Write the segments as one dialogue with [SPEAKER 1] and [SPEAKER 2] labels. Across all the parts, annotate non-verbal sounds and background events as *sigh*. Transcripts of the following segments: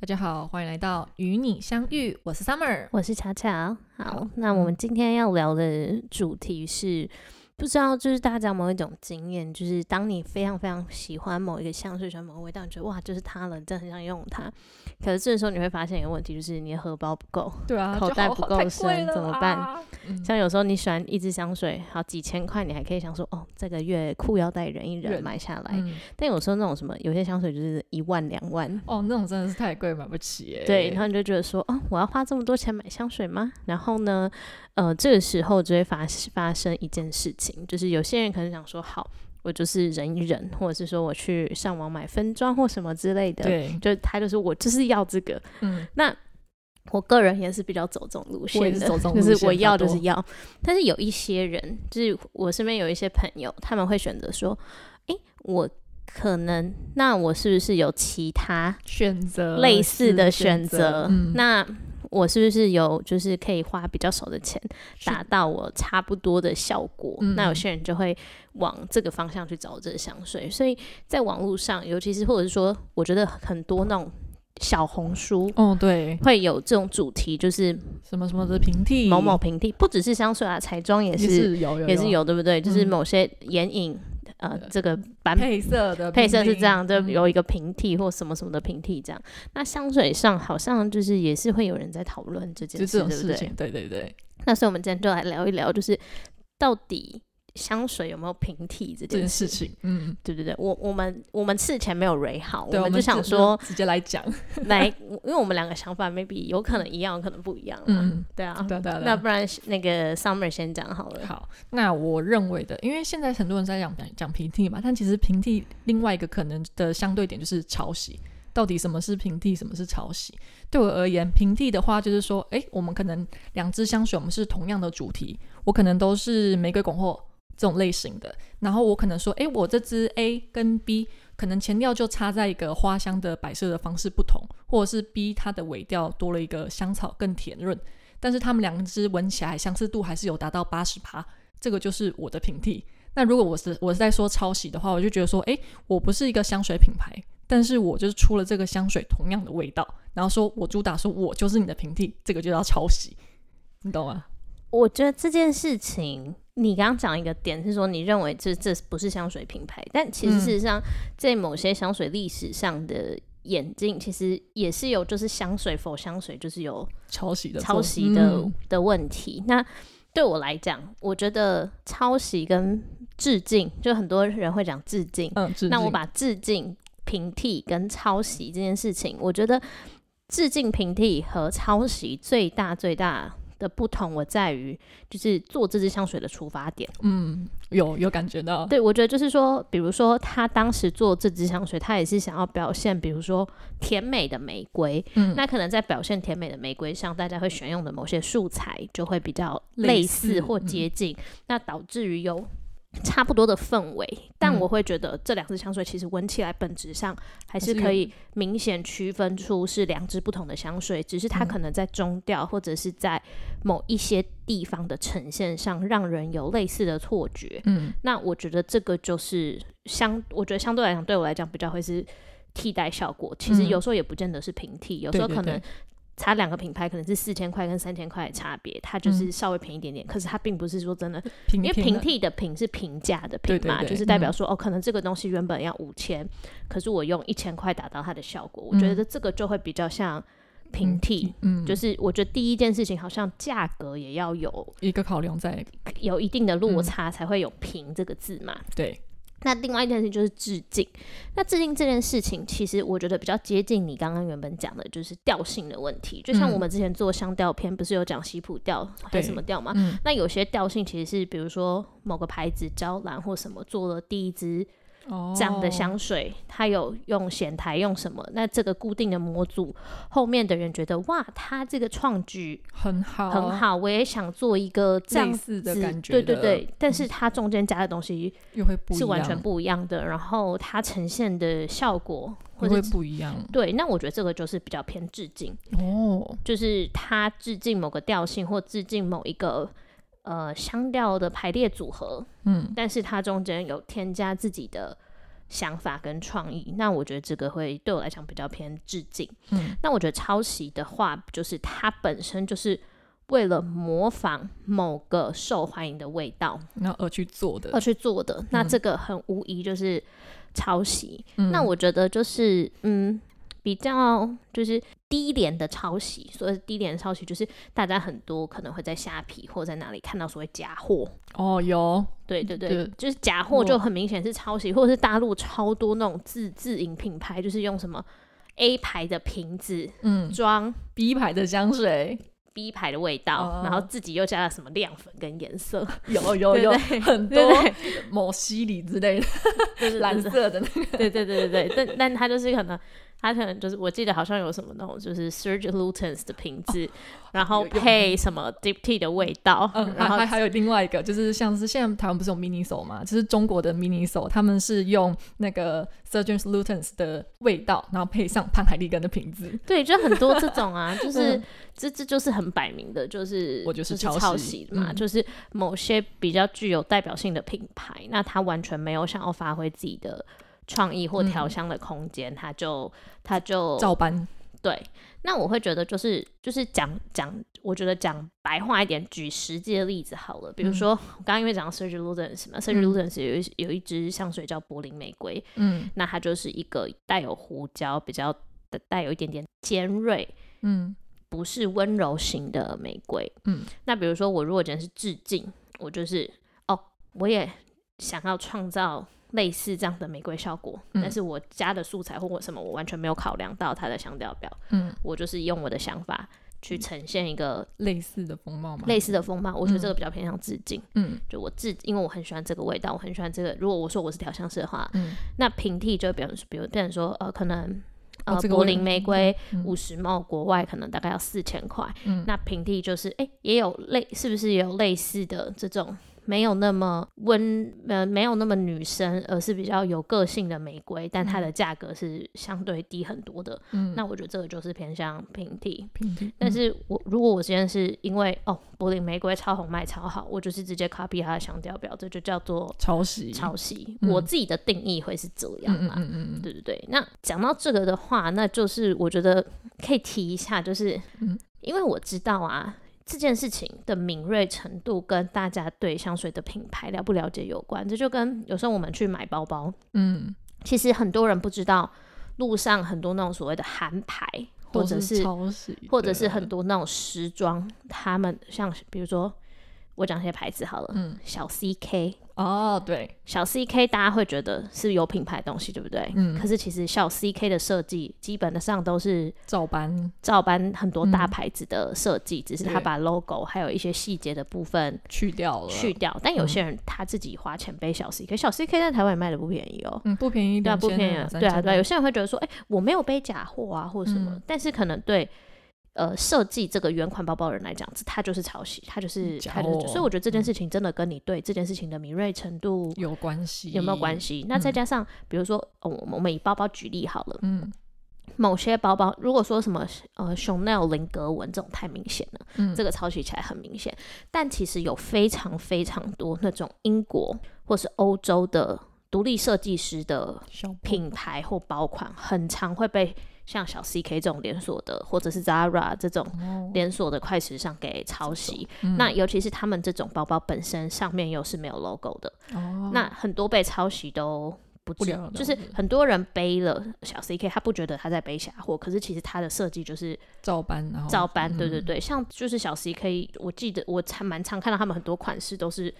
[SPEAKER 1] 大家好，欢迎来到与你相遇，我是 Summer。
[SPEAKER 2] 我是巧巧。好
[SPEAKER 1] 好，嗯
[SPEAKER 2] 那我们今天要聊的主题是，不知道就是大家有没有一种经验，就是当你非常非常喜欢某一个香水、喜欢某个味道，你觉得哇，就是它了，你真的很想用它。可是这时候你会发现一个问题，就是你的荷包不够。
[SPEAKER 1] 对啊
[SPEAKER 2] 口
[SPEAKER 1] 就
[SPEAKER 2] 袋
[SPEAKER 1] 好
[SPEAKER 2] 不
[SPEAKER 1] 好
[SPEAKER 2] 够
[SPEAKER 1] 太贵
[SPEAKER 2] 深
[SPEAKER 1] 了
[SPEAKER 2] 怎么
[SPEAKER 1] 啊
[SPEAKER 2] 办
[SPEAKER 1] 嗯
[SPEAKER 2] 像有时候你喜欢一支香水，好几千块，你还可以想说，哦，这个月裤腰带忍一
[SPEAKER 1] 忍
[SPEAKER 2] 忍买下来。
[SPEAKER 1] 嗯
[SPEAKER 2] 但有时候那种什么，有些香水就是一万两万，
[SPEAKER 1] 哦，那种真的是太贵，买不起耶。
[SPEAKER 2] 对，然后你就觉得说，哦，我要花这么多钱买香水吗？然后呢，呃，这个时候就会发发生一件事情，就是有些人可能想说，好，我就是忍一忍，或者是说我去上网买分装或什么之类的，
[SPEAKER 1] 对，
[SPEAKER 2] 就他就说我就是要这个。
[SPEAKER 1] 嗯，
[SPEAKER 2] 那我个人也是比较走这种路线
[SPEAKER 1] 我也
[SPEAKER 2] 的，
[SPEAKER 1] 是走这种路
[SPEAKER 2] 就
[SPEAKER 1] 线
[SPEAKER 2] 是我
[SPEAKER 1] 比较
[SPEAKER 2] 要就
[SPEAKER 1] 多
[SPEAKER 2] 是要。但是有一些人，就是我身边有一些朋友，他们会选择说，诶，我可能那我是不是有其他
[SPEAKER 1] 选择
[SPEAKER 2] 类似的选
[SPEAKER 1] 择
[SPEAKER 2] 择，，
[SPEAKER 1] 嗯，
[SPEAKER 2] 那我是不是有就是可以花比较少的钱
[SPEAKER 1] 是
[SPEAKER 2] 达到我差不多的效果？
[SPEAKER 1] 嗯
[SPEAKER 2] 那有些人就会往这个方向去找这个香水，所以在网络上，尤其是或者是说，我觉得很多那种小红书。
[SPEAKER 1] 哦，对，
[SPEAKER 2] 会有这种主题，就是
[SPEAKER 1] 什么什么的平替
[SPEAKER 2] 某某平替，不只是香水啊，彩妆也
[SPEAKER 1] 也
[SPEAKER 2] 是
[SPEAKER 1] 是有有
[SPEAKER 2] 也是有，对不对？就是
[SPEAKER 1] 嗯
[SPEAKER 2] 某些眼影，呃，这个版
[SPEAKER 1] 配色的
[SPEAKER 2] 配
[SPEAKER 1] 平
[SPEAKER 2] 色是
[SPEAKER 1] 替
[SPEAKER 2] 这样，就
[SPEAKER 1] 嗯
[SPEAKER 2] 有一个平替或什么什么的平替这样。那香水上好像就是也是会有人在讨论这
[SPEAKER 1] 就嗯
[SPEAKER 2] 件
[SPEAKER 1] 这
[SPEAKER 2] 事，
[SPEAKER 1] 种
[SPEAKER 2] 对不
[SPEAKER 1] 事
[SPEAKER 2] 对？
[SPEAKER 1] 情，对对对，
[SPEAKER 2] 那所以我们今天就来聊一聊，就是到底香水有没有平替这
[SPEAKER 1] 这
[SPEAKER 2] 件
[SPEAKER 1] 件
[SPEAKER 2] 事
[SPEAKER 1] 事，情，嗯，
[SPEAKER 2] 对对对。我我们我们事前没有蕊好，
[SPEAKER 1] 对，
[SPEAKER 2] 我们就
[SPEAKER 1] 直
[SPEAKER 2] 想 *laughs* 说
[SPEAKER 1] 直接来讲，
[SPEAKER 2] 来，因为我们两个想法 maybe 有可能一样，有可能不一样啦。
[SPEAKER 1] 嗯，
[SPEAKER 2] 对啊。
[SPEAKER 1] 对对对。
[SPEAKER 2] 那不然那个 Summer 先讲好了。
[SPEAKER 1] 好，那我认为的，因为现在很多人在讲讲平替嘛，但其实平替另外一个可能的相对点就是抄袭。到底什么是平替，什么是抄袭？对我而言，平替的话就是说，诶，我们可能两支香水，我们是同样的主题，我可能都是玫瑰广藿这种类型的，然后我可能说，诶，我这支 A 跟 B 可能前调就插在一个花香的摆设的方式不同，或者是 B 它的尾调多了一个香草更甜润，但是它们两支闻起来相似度还是有达到八十趴，这个就是我的平替。那如果我是我是在说抄袭的话，我就觉得说，诶，我不是一个香水品牌，但是我就是出了这个香水同样的味道，然后说我主打说我就是你的平替，这个就叫抄袭，你懂吗？
[SPEAKER 2] 我觉得这件事情，你刚刚讲一个点是说，你认为这这不是香水品牌，但其实
[SPEAKER 1] 嗯
[SPEAKER 2] 事实上，在某些香水历史上的演进，其实也是有就是香水否香水就是有
[SPEAKER 1] 抄袭的
[SPEAKER 2] 抄
[SPEAKER 1] 错
[SPEAKER 2] 袭的、
[SPEAKER 1] 嗯
[SPEAKER 2] 的问题。那对我来讲，我觉得抄袭跟致敬，就很多人会讲致敬，
[SPEAKER 1] 嗯，致
[SPEAKER 2] 那我
[SPEAKER 1] 敬
[SPEAKER 2] 把致敬、平替跟抄袭这件事情，我觉得致敬、平替和抄袭最大最大的不同，我在于就是做这支香水的出发点。
[SPEAKER 1] 嗯有有感觉到，
[SPEAKER 2] 对我觉得就是说，比如说他当时做这支香水，他也是想要表现，比如说甜美的玫瑰。
[SPEAKER 1] 嗯
[SPEAKER 2] 那可能在表现甜美的玫瑰上，大家会选用的某些素材就会比较
[SPEAKER 1] 类
[SPEAKER 2] 类
[SPEAKER 1] 似
[SPEAKER 2] 似或
[SPEAKER 1] 嗯
[SPEAKER 2] 接近，那导致于有差不多的氛围。但
[SPEAKER 1] 嗯
[SPEAKER 2] 我会觉得这两支香水其实闻起来本质上还
[SPEAKER 1] 是
[SPEAKER 2] 是
[SPEAKER 1] 有
[SPEAKER 2] 可以明显区分出是两支不同的香水，只是它
[SPEAKER 1] 嗯
[SPEAKER 2] 可能在中调或者是在某一些地方的呈现上，让人有类似的错觉。
[SPEAKER 1] 嗯
[SPEAKER 2] 那我觉得这个就是相，我觉得相对来讲，对我来讲比较会是替代效果。其实
[SPEAKER 1] 嗯
[SPEAKER 2] 有时候也不见得是平替，有
[SPEAKER 1] 对
[SPEAKER 2] 时候
[SPEAKER 1] 对
[SPEAKER 2] 可能
[SPEAKER 1] 对
[SPEAKER 2] 差两个品牌，可能是四千块跟三千块的差别，它就是稍微便宜一点点。可是它并不是说真的，
[SPEAKER 1] 嗯平
[SPEAKER 2] 因为
[SPEAKER 1] 平
[SPEAKER 2] 平
[SPEAKER 1] 的
[SPEAKER 2] 替的平是平价的平
[SPEAKER 1] 对对
[SPEAKER 2] 嘛，
[SPEAKER 1] 对
[SPEAKER 2] 就是代表
[SPEAKER 1] 嗯
[SPEAKER 2] 说、哦，可能这个东西原本要五千，可是我用一千块达到它的效果。我觉
[SPEAKER 1] 嗯
[SPEAKER 2] 得这个就会比较像平替。，
[SPEAKER 1] 嗯，
[SPEAKER 2] 就是是我觉得第一件事情好像价格也要有
[SPEAKER 1] 一个考量在
[SPEAKER 2] 有一定的落
[SPEAKER 1] 嗯
[SPEAKER 2] 差才会有“平”这个字嘛，
[SPEAKER 1] 对，
[SPEAKER 2] 那另外一件事情就是致敬。那致敬这件事情，其实我觉得比较接近你刚刚原本讲的，就是调性的问题。就像
[SPEAKER 1] 嗯
[SPEAKER 2] 我们之前做香调片，不是有讲西普调还
[SPEAKER 1] 对
[SPEAKER 2] 是什么调吗？
[SPEAKER 1] 嗯
[SPEAKER 2] 那有些调性其实是，比如说某个牌子娇兰或什么做了第一支
[SPEAKER 1] 哦
[SPEAKER 2] 这样的香水，它有用显台用什么？那这个固定的模组，后面的人觉得哇，它这个创举
[SPEAKER 1] 很好
[SPEAKER 2] 很，好，我也想做一个这样
[SPEAKER 1] 哦类似的
[SPEAKER 2] 子
[SPEAKER 1] 感觉
[SPEAKER 2] 对
[SPEAKER 1] 的，嗯
[SPEAKER 2] 对对，但是它中间加的东西
[SPEAKER 1] 又会不一样，
[SPEAKER 2] 是完全不一样的，然后它呈现的效果或
[SPEAKER 1] 又会
[SPEAKER 2] 者
[SPEAKER 1] 不一样
[SPEAKER 2] 对，那我觉得这个就是比较偏致敬，
[SPEAKER 1] 哦，
[SPEAKER 2] 就是它致敬某个调性或致敬某一个呃香调的排列组合，
[SPEAKER 1] 嗯
[SPEAKER 2] 但是它中间有添加自己的想法跟创意。那我觉得这个会对我来讲比较偏致敬。
[SPEAKER 1] 嗯，
[SPEAKER 2] 那我觉得抄袭的话，就是它本身就是为了模仿某个受欢迎的味道
[SPEAKER 1] 然后而去做的
[SPEAKER 2] 而，去做的。那
[SPEAKER 1] 嗯
[SPEAKER 2] 这个很无疑就是抄袭。
[SPEAKER 1] 嗯
[SPEAKER 2] 那我觉得就是嗯，比较就是低廉的抄袭。所谓低廉的抄袭，就是大家很多可能会在虾皮或在哪里看到所谓假货。
[SPEAKER 1] 哦有，
[SPEAKER 2] 对对对，
[SPEAKER 1] 对
[SPEAKER 2] 就是假货就
[SPEAKER 1] 我
[SPEAKER 2] 很明显是抄袭，或者是大陆超多那种自自营品牌，就是用什么 A 牌的瓶子
[SPEAKER 1] 嗯
[SPEAKER 2] 装
[SPEAKER 1] ，B 牌的香水
[SPEAKER 2] B 牌的味道，
[SPEAKER 1] 哦
[SPEAKER 2] 然后自己又加了什么亮粉跟颜色，
[SPEAKER 1] *laughs* 有有
[SPEAKER 2] 对
[SPEAKER 1] 有
[SPEAKER 2] 对
[SPEAKER 1] 很多
[SPEAKER 2] 对对
[SPEAKER 1] 某西里之
[SPEAKER 2] *laughs*
[SPEAKER 1] 类的
[SPEAKER 2] 对对
[SPEAKER 1] 蓝
[SPEAKER 2] 对
[SPEAKER 1] 色的那个，
[SPEAKER 2] 对对对对对，但但他就是可能。他可能就是，我记得好像有什么那种，就是 Serge Lutens 的瓶子，然后
[SPEAKER 1] 哦有有
[SPEAKER 2] 配什么 Deep Tea 的味道，
[SPEAKER 1] 嗯，还
[SPEAKER 2] 然后
[SPEAKER 1] 还还有另外一个，就是像是现在台湾不是有 mini 手嘛，就是中国的 mini 手，他们是用那个 Surgeon Lutens 的味道，然后配上潘海利根的瓶子，
[SPEAKER 2] 对，就很多这
[SPEAKER 1] *laughs*
[SPEAKER 2] 种啊，就是、
[SPEAKER 1] 嗯
[SPEAKER 2] 这这就是很摆明的，就是
[SPEAKER 1] 我就是是抄袭
[SPEAKER 2] 抄袭的嘛，
[SPEAKER 1] 嗯
[SPEAKER 2] 就是某些比较具有代表性的品牌，那他完全没有想要发挥自己的创意或
[SPEAKER 1] 嗯
[SPEAKER 2] 调香的空间，他就他就
[SPEAKER 1] 照搬。
[SPEAKER 2] 对。那我会觉得就是就是讲讲，我觉得讲白话一点，举实际的例子好了，比如
[SPEAKER 1] 嗯
[SPEAKER 2] 说、我刚刚因为讲到 Serge Lutens 嘛，Serge
[SPEAKER 1] 嗯
[SPEAKER 2] Lutens 有一有一支香水叫柏林玫瑰，
[SPEAKER 1] 嗯
[SPEAKER 2] 那它就是一个带有胡椒，比较带带有一点点尖锐，
[SPEAKER 1] 嗯
[SPEAKER 2] 不是温柔型的玫瑰。
[SPEAKER 1] 嗯，
[SPEAKER 2] 那比如说我如果今天是致敬，我就是哦，我也想要创造类似这样的玫瑰效果，
[SPEAKER 1] 嗯
[SPEAKER 2] 但是我加的素材或我什么，我完全没有考量到它的香调表，
[SPEAKER 1] 嗯，
[SPEAKER 2] 我就是用我的想法去呈现一个
[SPEAKER 1] 类似的风貌嘛。
[SPEAKER 2] 类似的风貌。我觉得
[SPEAKER 1] 嗯
[SPEAKER 2] 这个比较偏向致敬，
[SPEAKER 1] 嗯
[SPEAKER 2] 就我致，因为我很喜欢这个味道，我很喜欢这个。如果我说我是调香师的话，
[SPEAKER 1] 嗯
[SPEAKER 2] 那平替就比如比如变成说呃，可能呃、
[SPEAKER 1] 哦这个
[SPEAKER 2] 柏
[SPEAKER 1] 味
[SPEAKER 2] 林玫瑰
[SPEAKER 1] 嗯
[SPEAKER 2] 五十毛国外可能大概要四千块，
[SPEAKER 1] 嗯
[SPEAKER 2] 那平替就是哎、诶也有类是不是也有类似的这种没有那么温呃没有那么女生，而是比较有个性的玫瑰，但它的价格是相对低很多的。
[SPEAKER 1] 嗯，
[SPEAKER 2] 那我觉得这个就是偏向平替。
[SPEAKER 1] 平地。
[SPEAKER 2] 但
[SPEAKER 1] 嗯
[SPEAKER 2] 是我如果我今天是因为哦柏林玫瑰超红卖超好，我就是直接 copy 它的香调表，这就叫做
[SPEAKER 1] 抄袭，
[SPEAKER 2] 抄袭。
[SPEAKER 1] 嗯
[SPEAKER 2] 我自己的定义会是这样
[SPEAKER 1] 嗯嗯
[SPEAKER 2] 啦。
[SPEAKER 1] 嗯嗯嗯，
[SPEAKER 2] 对对对，那讲到这个的话，那就是我觉得可以提一下，就是、
[SPEAKER 1] 嗯
[SPEAKER 2] 因为我知道啊，这件事情的敏锐程度跟大家对香水的品牌了不了解有关。这就跟有时候我们去买包包，
[SPEAKER 1] 嗯，
[SPEAKER 2] 其实很多人不知道路上很多那种所谓的韩牌，或
[SPEAKER 1] 都
[SPEAKER 2] 者
[SPEAKER 1] 是抄袭的，
[SPEAKER 2] 或者是很多那种时装，他们像比如说我讲一些牌子好了，
[SPEAKER 1] 嗯
[SPEAKER 2] 小 CK。
[SPEAKER 1] 哦，对，
[SPEAKER 2] 小 CK 大家会觉得是有品牌的东西，对不对？
[SPEAKER 1] 嗯
[SPEAKER 2] 可是其实小 CK 的设计基本上都是
[SPEAKER 1] 照搬
[SPEAKER 2] 照搬很多大
[SPEAKER 1] 嗯
[SPEAKER 2] 牌子的设计，只是他
[SPEAKER 1] 对哦
[SPEAKER 2] 把 logo 还有一些细节的部分
[SPEAKER 1] 去掉了，
[SPEAKER 2] 去掉。但
[SPEAKER 1] 嗯
[SPEAKER 2] 有些人他自己花钱背小 CK，小 CK 在台湾也卖的不便宜哦。
[SPEAKER 1] 嗯，不便宜，
[SPEAKER 2] 对啊，不
[SPEAKER 1] 2000
[SPEAKER 2] 便宜啊，
[SPEAKER 1] 两三
[SPEAKER 2] 对啊，
[SPEAKER 1] 千
[SPEAKER 2] 对啊。有
[SPEAKER 1] 的，
[SPEAKER 2] 些人会觉得说，哎、我没有背假货啊，或者什么，
[SPEAKER 1] 嗯
[SPEAKER 2] 但是可能对呃设计这个原款包包的人来讲，这它就是抄袭，它就是
[SPEAKER 1] 假
[SPEAKER 2] 它就是，
[SPEAKER 1] 货
[SPEAKER 2] 所以我觉得这件
[SPEAKER 1] 嗯
[SPEAKER 2] 事情真的跟你对这件事情的敏锐程度
[SPEAKER 1] 有关系，
[SPEAKER 2] 有没有关？系？那再加上，比如说，哦我们我们以包包举例好了，
[SPEAKER 1] 嗯
[SPEAKER 2] 某些包包，如果说什么呃 Chanel 菱格纹这种太明显了，
[SPEAKER 1] 嗯，
[SPEAKER 2] 这个抄袭起来很明显。但其实有非常非常多那种英国或是欧洲的独立设计师的
[SPEAKER 1] 小
[SPEAKER 2] 品牌或包款，很常会被像小 CK 这种连锁的，或者是 Zara 这种
[SPEAKER 1] 哦，
[SPEAKER 2] 连锁的快时尚给抄袭。
[SPEAKER 1] 嗯
[SPEAKER 2] 那尤其是他们这种包包本身上面又是没有 logo 的，
[SPEAKER 1] 哦，
[SPEAKER 2] 那很多被抄袭都不
[SPEAKER 1] 不
[SPEAKER 2] 知
[SPEAKER 1] 了
[SPEAKER 2] 就
[SPEAKER 1] 了
[SPEAKER 2] 是
[SPEAKER 1] 之
[SPEAKER 2] 很多人背了小 CK，他不觉得他在背假货，可是其实他的设计就是
[SPEAKER 1] 照搬，然后
[SPEAKER 2] 照搬，对对
[SPEAKER 1] 嗯
[SPEAKER 2] 对，像就是小 CK，我记得我常蛮常看到他们很多款式都是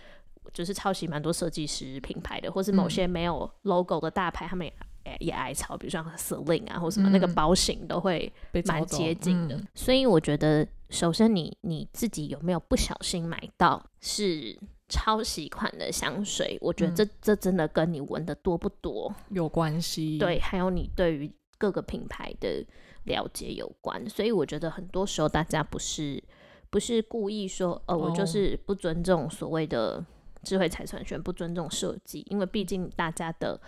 [SPEAKER 2] 就是抄袭蛮多设计师品牌的，或是某
[SPEAKER 1] 嗯
[SPEAKER 2] 些没有 logo 的大牌，他们也。也也爱抄，比如像 Celine 啊，或什么、那个
[SPEAKER 1] 嗯
[SPEAKER 2] 包型都会
[SPEAKER 1] 被抄
[SPEAKER 2] 蛮
[SPEAKER 1] 走
[SPEAKER 2] 接近的。
[SPEAKER 1] 嗯
[SPEAKER 2] 所以我觉得，首先你你自己有没有不小心买到是抄袭款的香水？我
[SPEAKER 1] 嗯
[SPEAKER 2] 觉得这、这真的跟你闻的多不多，
[SPEAKER 1] 有关系，
[SPEAKER 2] 对，还有你对于各个品牌的了解有关。所以我觉得很多时候大家不是不是故意说，哦，我就
[SPEAKER 1] 哦
[SPEAKER 2] 是不尊重所谓的智慧财产权，不尊重设计，因为毕竟大家的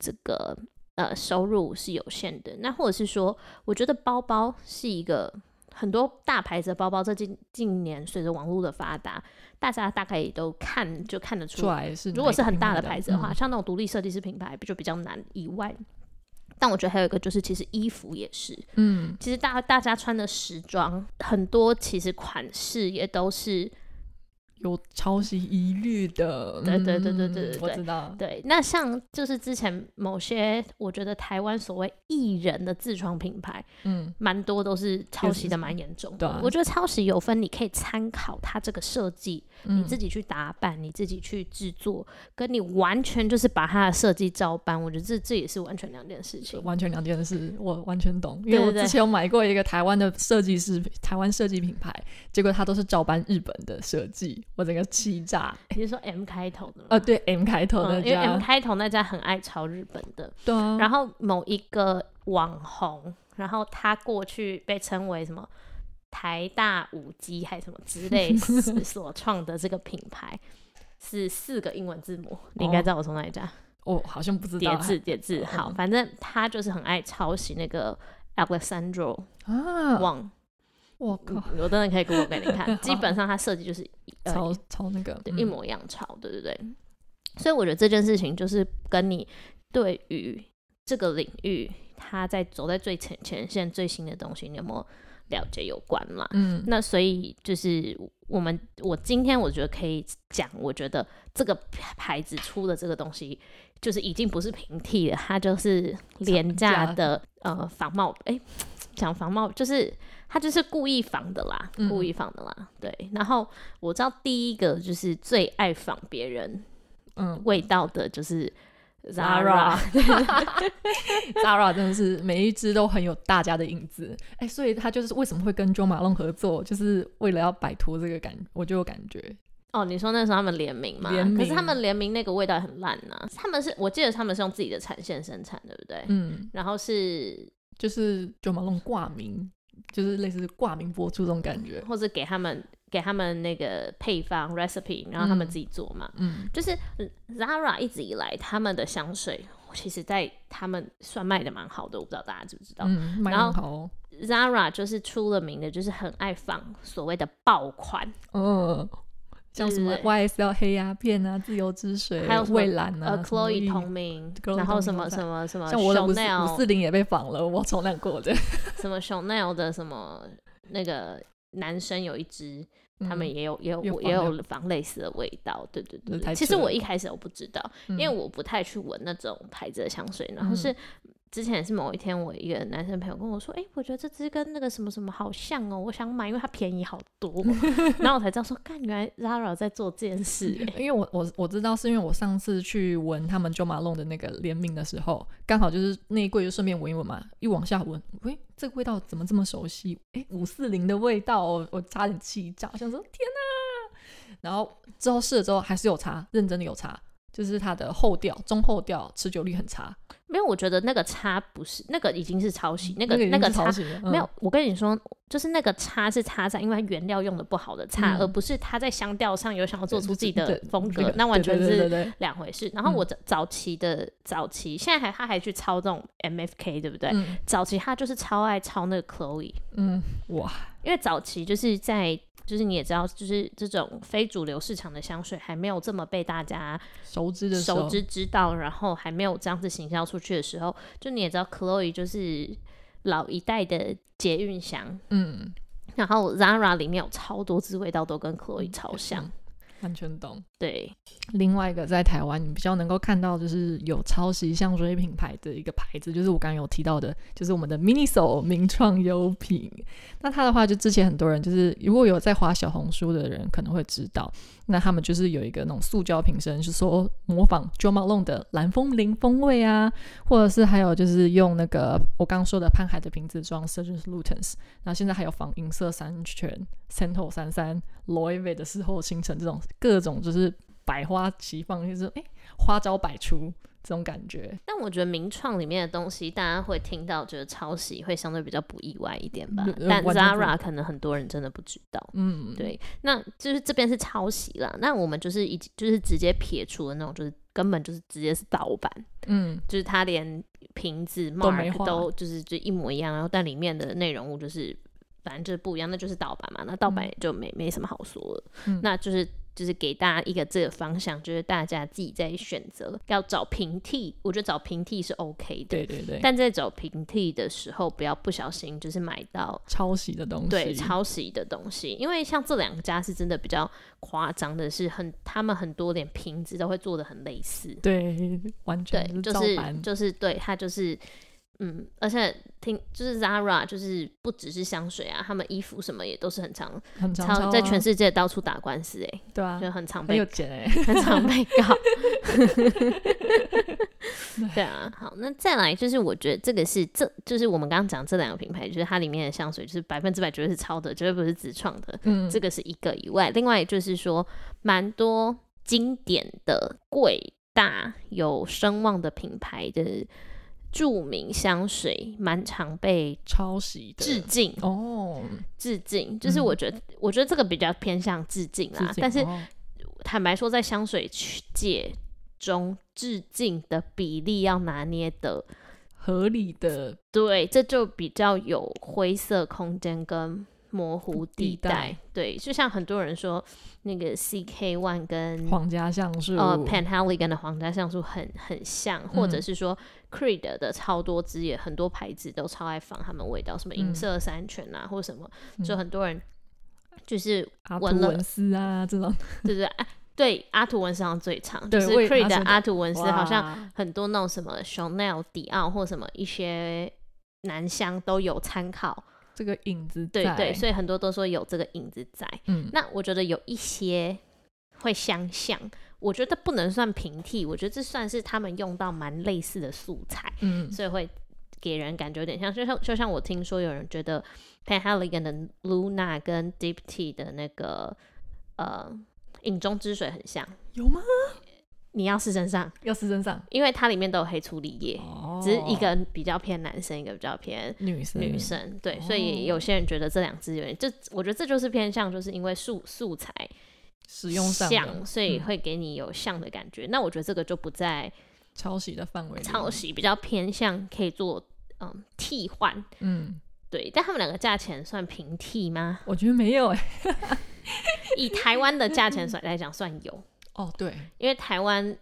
[SPEAKER 2] 这个呃收入是有限的。那或者是说，我觉得包包是一个很多大牌子的包包，这近近年随着网络的发达，大家大概也都看就看得出
[SPEAKER 1] 出来是哪一个品牌，
[SPEAKER 2] 如果是很大的牌子的话，
[SPEAKER 1] 嗯
[SPEAKER 2] 像那种独立设计师品牌就比较难以外。但我觉得还有一个就是，其实衣服也是，
[SPEAKER 1] 嗯，
[SPEAKER 2] 其实大大家穿的时装很多，其实款式也都是
[SPEAKER 1] 有抄袭疑虑的，
[SPEAKER 2] 对对
[SPEAKER 1] 嗯
[SPEAKER 2] 对对对对
[SPEAKER 1] 我
[SPEAKER 2] 对
[SPEAKER 1] 知道，
[SPEAKER 2] 对。那像就是之前某些，我觉得台湾所谓艺人的自创品牌，
[SPEAKER 1] 嗯，
[SPEAKER 2] 蛮多都是抄袭
[SPEAKER 1] 也
[SPEAKER 2] 的
[SPEAKER 1] 是
[SPEAKER 2] 蛮严重的。
[SPEAKER 1] 对啊
[SPEAKER 2] 我觉得抄袭有分，你可以参考它这个设计，你
[SPEAKER 1] 嗯
[SPEAKER 2] 自己去打版，你自己去制作，跟你完全就是把它的设计照搬，我觉得这这也是完全两件事情。
[SPEAKER 1] 完全两件事，我完全懂，因为
[SPEAKER 2] 对对
[SPEAKER 1] 我
[SPEAKER 2] 对
[SPEAKER 1] 之前有买过一个台湾的设计师，台湾设计品牌，结果它都是照搬日本的设计，我整个气炸。
[SPEAKER 2] 你是说 M 开头的吗？
[SPEAKER 1] 呃，对 M 开头的
[SPEAKER 2] 嗯，因为
[SPEAKER 1] 家，
[SPEAKER 2] M 开头那家很爱抄日本的，
[SPEAKER 1] 对啊，
[SPEAKER 2] 然后某一个网红，然后他过去被称为什么台大舞姬还是什么之
[SPEAKER 1] *laughs*
[SPEAKER 2] 类是所创的这个品牌，是四个英文字母，你应该知道我从哪里讲，
[SPEAKER 1] 我好像不知
[SPEAKER 2] 叠
[SPEAKER 1] 哦道
[SPEAKER 2] 字叠字。好，
[SPEAKER 1] 嗯
[SPEAKER 2] 反正他就是很爱抄袭那个 Alexandro
[SPEAKER 1] 啊，
[SPEAKER 2] Wang，
[SPEAKER 1] 我靠，
[SPEAKER 2] 我真的可以 Google 给
[SPEAKER 1] *laughs*
[SPEAKER 2] 你看，基本上他设计就是呃
[SPEAKER 1] 超超那个，
[SPEAKER 2] 对，
[SPEAKER 1] 嗯
[SPEAKER 2] 一模一样抄，对对对。所以我觉得这件事情就是跟你对于这个领域，它在走在最前前线、最新的东西，你有没有了解有关嘛？
[SPEAKER 1] 嗯
[SPEAKER 2] 那所以就是我们，我今天我觉得可以讲，我觉得这个牌子出的这个东西，就是已经不是平替了，它就是廉价
[SPEAKER 1] 价
[SPEAKER 2] 的呃仿冒，哎、讲仿冒就是它就是故意仿的啦，
[SPEAKER 1] 嗯
[SPEAKER 2] 故意仿的啦，对。然后我知道第一个就是最爱仿别人
[SPEAKER 1] 嗯
[SPEAKER 2] 味道的，就是。Zara，
[SPEAKER 1] Zara，Zara 真的是每一只都很有大家的影子，哎，所以他就是为什么会跟 Jo Malone 合作，就是为了要摆脱这个感，我就有感觉，
[SPEAKER 2] 哦，你说那时候他们联名嘛？
[SPEAKER 1] 联名
[SPEAKER 2] 可是他们联名那个味道很烂呐、他们是我记得他们是用自己的产线生产，对不对？
[SPEAKER 1] 嗯，
[SPEAKER 2] 然后是
[SPEAKER 1] 就是 Jo Malone 挂名，就是类似挂名播出这种感觉，
[SPEAKER 2] 或者给他们给他们那个配方 recipe，然后他们
[SPEAKER 1] 嗯
[SPEAKER 2] 自己做嘛。
[SPEAKER 1] 嗯，
[SPEAKER 2] 就是 Zara 一直以来他们的香水，其实在他们算卖的蛮好的，我不知道大家知不知道。
[SPEAKER 1] 嗯，卖
[SPEAKER 2] 然
[SPEAKER 1] 很好哦，
[SPEAKER 2] Zara 就是出了名的，就是很爱仿所谓的爆款，
[SPEAKER 1] 嗯。像什么
[SPEAKER 2] 对
[SPEAKER 1] YSL 黑鸦片啊、自由之水、
[SPEAKER 2] 还有什么
[SPEAKER 1] 蔚蓝啊、
[SPEAKER 2] 呃
[SPEAKER 1] 什么
[SPEAKER 2] ，Chloe
[SPEAKER 1] 绿
[SPEAKER 2] 同名，
[SPEAKER 1] Chloe
[SPEAKER 2] 然后
[SPEAKER 1] 同
[SPEAKER 2] 什么
[SPEAKER 1] 名
[SPEAKER 2] 什么什么
[SPEAKER 1] 像我的五四五
[SPEAKER 2] Chanel，
[SPEAKER 1] 四零也被仿了，我从那过的。
[SPEAKER 2] 什么 Chanel 的什么那个男生有一支，他们
[SPEAKER 1] 嗯
[SPEAKER 2] 也有也有
[SPEAKER 1] 有
[SPEAKER 2] 也
[SPEAKER 1] 仿
[SPEAKER 2] 有仿类似的味道，对对
[SPEAKER 1] 这
[SPEAKER 2] 对对。
[SPEAKER 1] 太
[SPEAKER 2] 其实
[SPEAKER 1] 扯了
[SPEAKER 2] 我一开始我不知道，
[SPEAKER 1] 嗯
[SPEAKER 2] 因为我不太去闻那种牌子的香水，然后是。之前是某一天，我一个男生朋友跟我说：“哎、我觉得这支跟那个什么什么好像哦，我想买，因为它便宜好多。”然后我才知道说，干，原来 Zara 在做这件事、哎
[SPEAKER 1] 因为我我我知道，是因为我上次去闻他们 Jo Malone 的那个联名的时候，刚好就是那一柜就顺便闻一闻嘛，一往下闻，喂，这个味道怎么这么熟悉？哎，五四零的味道哦，我差点气炸，想说天哪！然后之后试了之后还是有差，认真的有差，就是它的后调、中后调持久力很差，
[SPEAKER 2] *laughs* 没有，我觉得那个差不是那个已经是抄袭，那个
[SPEAKER 1] 已
[SPEAKER 2] 那
[SPEAKER 1] 经
[SPEAKER 2] 个
[SPEAKER 1] 是
[SPEAKER 2] 差
[SPEAKER 1] 抄袭了，嗯
[SPEAKER 2] 没有，，我跟你说，就是那个差是差在，因为它原料用的不好的差，
[SPEAKER 1] 嗯
[SPEAKER 2] 而不是他在香调上有想要做出自己的
[SPEAKER 1] 对
[SPEAKER 2] 风
[SPEAKER 1] 这
[SPEAKER 2] 格
[SPEAKER 1] 个，
[SPEAKER 2] 那完全
[SPEAKER 1] 对对对嗯
[SPEAKER 2] 是
[SPEAKER 1] 对对
[SPEAKER 2] 两回事。然后我早早期的早期，现在还他还去抄这种 MFK，对不对？
[SPEAKER 1] 嗯
[SPEAKER 2] 早期他就是超爱抄那个 Chloe，
[SPEAKER 1] 嗯，哇，
[SPEAKER 2] 因为早期就是在。就是你也知道，就是这种非主流市场的香水还没有这么被大家
[SPEAKER 1] 熟知的哦时候
[SPEAKER 2] 熟知知道，然后还没有这样子行销出去的时候，就你也知道，Chloe 就是老一代的捷运香，
[SPEAKER 1] 嗯，
[SPEAKER 2] 然后 Zara 里面有超多支味道都跟 Chloe 超像，
[SPEAKER 1] 嗯完全懂。
[SPEAKER 2] 对，
[SPEAKER 1] 另外一个在台湾你比较能够看到，就是有抄袭香水品牌的一个牌子，就是我刚刚有提到的，就是我们的 Miniso 名创优品。那它的话，就之前很多人就是如果有在划小红书的人可能会知道，那他们就是有一个那种塑胶瓶身，是说模仿 Jo Malone 的蓝风铃风味啊，或者是还有就是用那个我刚刚说的潘海的瓶子装 s e r g e n t Lutens，然后现在还有仿银色三全、Santo 三三、Loewe 的事后清晨这种各种就是百花齐放，就是哎、诶花招百出这种感觉。
[SPEAKER 2] 但我觉得名创里面的东西，大家会听到觉得抄袭会相对比较不意外一点吧
[SPEAKER 1] 嗯。呃
[SPEAKER 2] 但
[SPEAKER 1] 完全不
[SPEAKER 2] Zara 可能很多人真的不知道，
[SPEAKER 1] 嗯，，
[SPEAKER 2] 对，那就是这边是抄袭啦。那我们就是已经就是直接撇除了那种，就是根本就是直接是盗版，
[SPEAKER 1] 嗯，
[SPEAKER 2] 就是它连瓶子
[SPEAKER 1] 都没
[SPEAKER 2] mark
[SPEAKER 1] 画
[SPEAKER 2] 都就是就一模一样，然后但里面的内容物就是反正就是不一样，那就是盗版嘛，那盗版
[SPEAKER 1] 嗯
[SPEAKER 2] 也就没、没什么好说了。
[SPEAKER 1] 嗯
[SPEAKER 2] 那就是就是给大家一个这个方向，就是大家自己在选择要找平替，我觉得找平替是 OK 的，
[SPEAKER 1] 对对对，
[SPEAKER 2] 但在找平替的时候，不要不小心就是买到
[SPEAKER 1] 抄袭的东西，
[SPEAKER 2] 对抄袭的东西，因为像这两家是真的比较夸张的是很，他们很多连瓶子都会做的很类似，
[SPEAKER 1] 对，完
[SPEAKER 2] 对
[SPEAKER 1] 全，是
[SPEAKER 2] 就
[SPEAKER 1] 照
[SPEAKER 2] 是
[SPEAKER 1] 搬，
[SPEAKER 2] 就是对他就是嗯，而且听就是 Zara 就是不只是香水啊，他们衣服什么也都是很常
[SPEAKER 1] 很常抄
[SPEAKER 2] 常
[SPEAKER 1] 啊，
[SPEAKER 2] 在全世界到处打官司哎、
[SPEAKER 1] 对啊，
[SPEAKER 2] 就很常
[SPEAKER 1] 很
[SPEAKER 2] 被
[SPEAKER 1] 有钱哎、
[SPEAKER 2] *laughs*
[SPEAKER 1] 欸，
[SPEAKER 2] 很常
[SPEAKER 1] *laughs*
[SPEAKER 2] 被告。对啊，好，那再来就是我觉得这个是这就是我们刚刚讲这两个品牌，就是它里面的香水就是百分之百绝对是抄的，绝对不是自创的。
[SPEAKER 1] 嗯，
[SPEAKER 2] 这个是一个以外，另外就是说，蛮多经典的贵大有声望的品牌的著名香水，蛮常被
[SPEAKER 1] 抄袭的
[SPEAKER 2] 致敬。
[SPEAKER 1] 哦，
[SPEAKER 2] 致敬就是
[SPEAKER 1] 嗯
[SPEAKER 2] 我觉得，我觉得这个比较偏向致敬啦。
[SPEAKER 1] 致敬
[SPEAKER 2] 但是
[SPEAKER 1] 哦
[SPEAKER 2] 坦白说，在香水界中，致敬的比例要拿捏的，
[SPEAKER 1] 合理的
[SPEAKER 2] 对，这就比较有灰色空间跟模糊地
[SPEAKER 1] 地带
[SPEAKER 2] 对，就像很多人说，那个 CK One 跟
[SPEAKER 1] 皇家橡树，
[SPEAKER 2] 呃 Penhaligon 的皇家橡树很很像，或者
[SPEAKER 1] 嗯
[SPEAKER 2] 是说 Creed 的超多支也很多牌子都超爱仿他们味道，什么银
[SPEAKER 1] 嗯
[SPEAKER 2] 色三全啊，或什么，就
[SPEAKER 1] 嗯
[SPEAKER 2] 很多人就是
[SPEAKER 1] 阿图
[SPEAKER 2] 闻了
[SPEAKER 1] 文斯啊这种，
[SPEAKER 2] 对对啊，对阿图文斯好像最长，就
[SPEAKER 1] 对
[SPEAKER 2] 是
[SPEAKER 1] 我也
[SPEAKER 2] Creed
[SPEAKER 1] 他
[SPEAKER 2] 的
[SPEAKER 1] 说的
[SPEAKER 2] 阿图文斯好像
[SPEAKER 1] 像
[SPEAKER 2] 很多那种什么 Chanel、迪奥或什么一些男香都有参考，
[SPEAKER 1] 这个影子
[SPEAKER 2] 对对，
[SPEAKER 1] 以
[SPEAKER 2] 所以很多都说有这个影子在。
[SPEAKER 1] 嗯，
[SPEAKER 2] 那我觉得有一些会相像，我觉得不能算平替，我觉得这算是他们用到蛮类似的素材，
[SPEAKER 1] 嗯
[SPEAKER 2] 所以会给人感觉有点像。就像就像我听说有人觉得 Panhaligan 的 Luna 跟 Deep Tea 的那个呃影中之水很像，
[SPEAKER 1] 有吗？
[SPEAKER 2] 你要试身上，
[SPEAKER 1] 要是身上
[SPEAKER 2] 因为它里面都有黑醋栗叶，
[SPEAKER 1] 哦
[SPEAKER 2] 只是一个比较偏男生，一个比较偏。
[SPEAKER 1] 女生
[SPEAKER 2] 女生对，所
[SPEAKER 1] 哦
[SPEAKER 2] 以有些人觉得这两支有点，这我觉得这就是偏向，就是因为素素材
[SPEAKER 1] 使用上的
[SPEAKER 2] 像，所以
[SPEAKER 1] 嗯
[SPEAKER 2] 会给你有像的感觉。那我觉得这个就不在
[SPEAKER 1] 抄袭的范围里，
[SPEAKER 2] 抄袭，比较偏向可以做嗯替换。
[SPEAKER 1] 嗯，？
[SPEAKER 2] 对，但他们两个价钱算平替吗
[SPEAKER 1] *laughs* 我觉得没有哎、欸，
[SPEAKER 2] 以台湾的价钱算来讲算有，
[SPEAKER 1] 哦对，
[SPEAKER 2] 因为台湾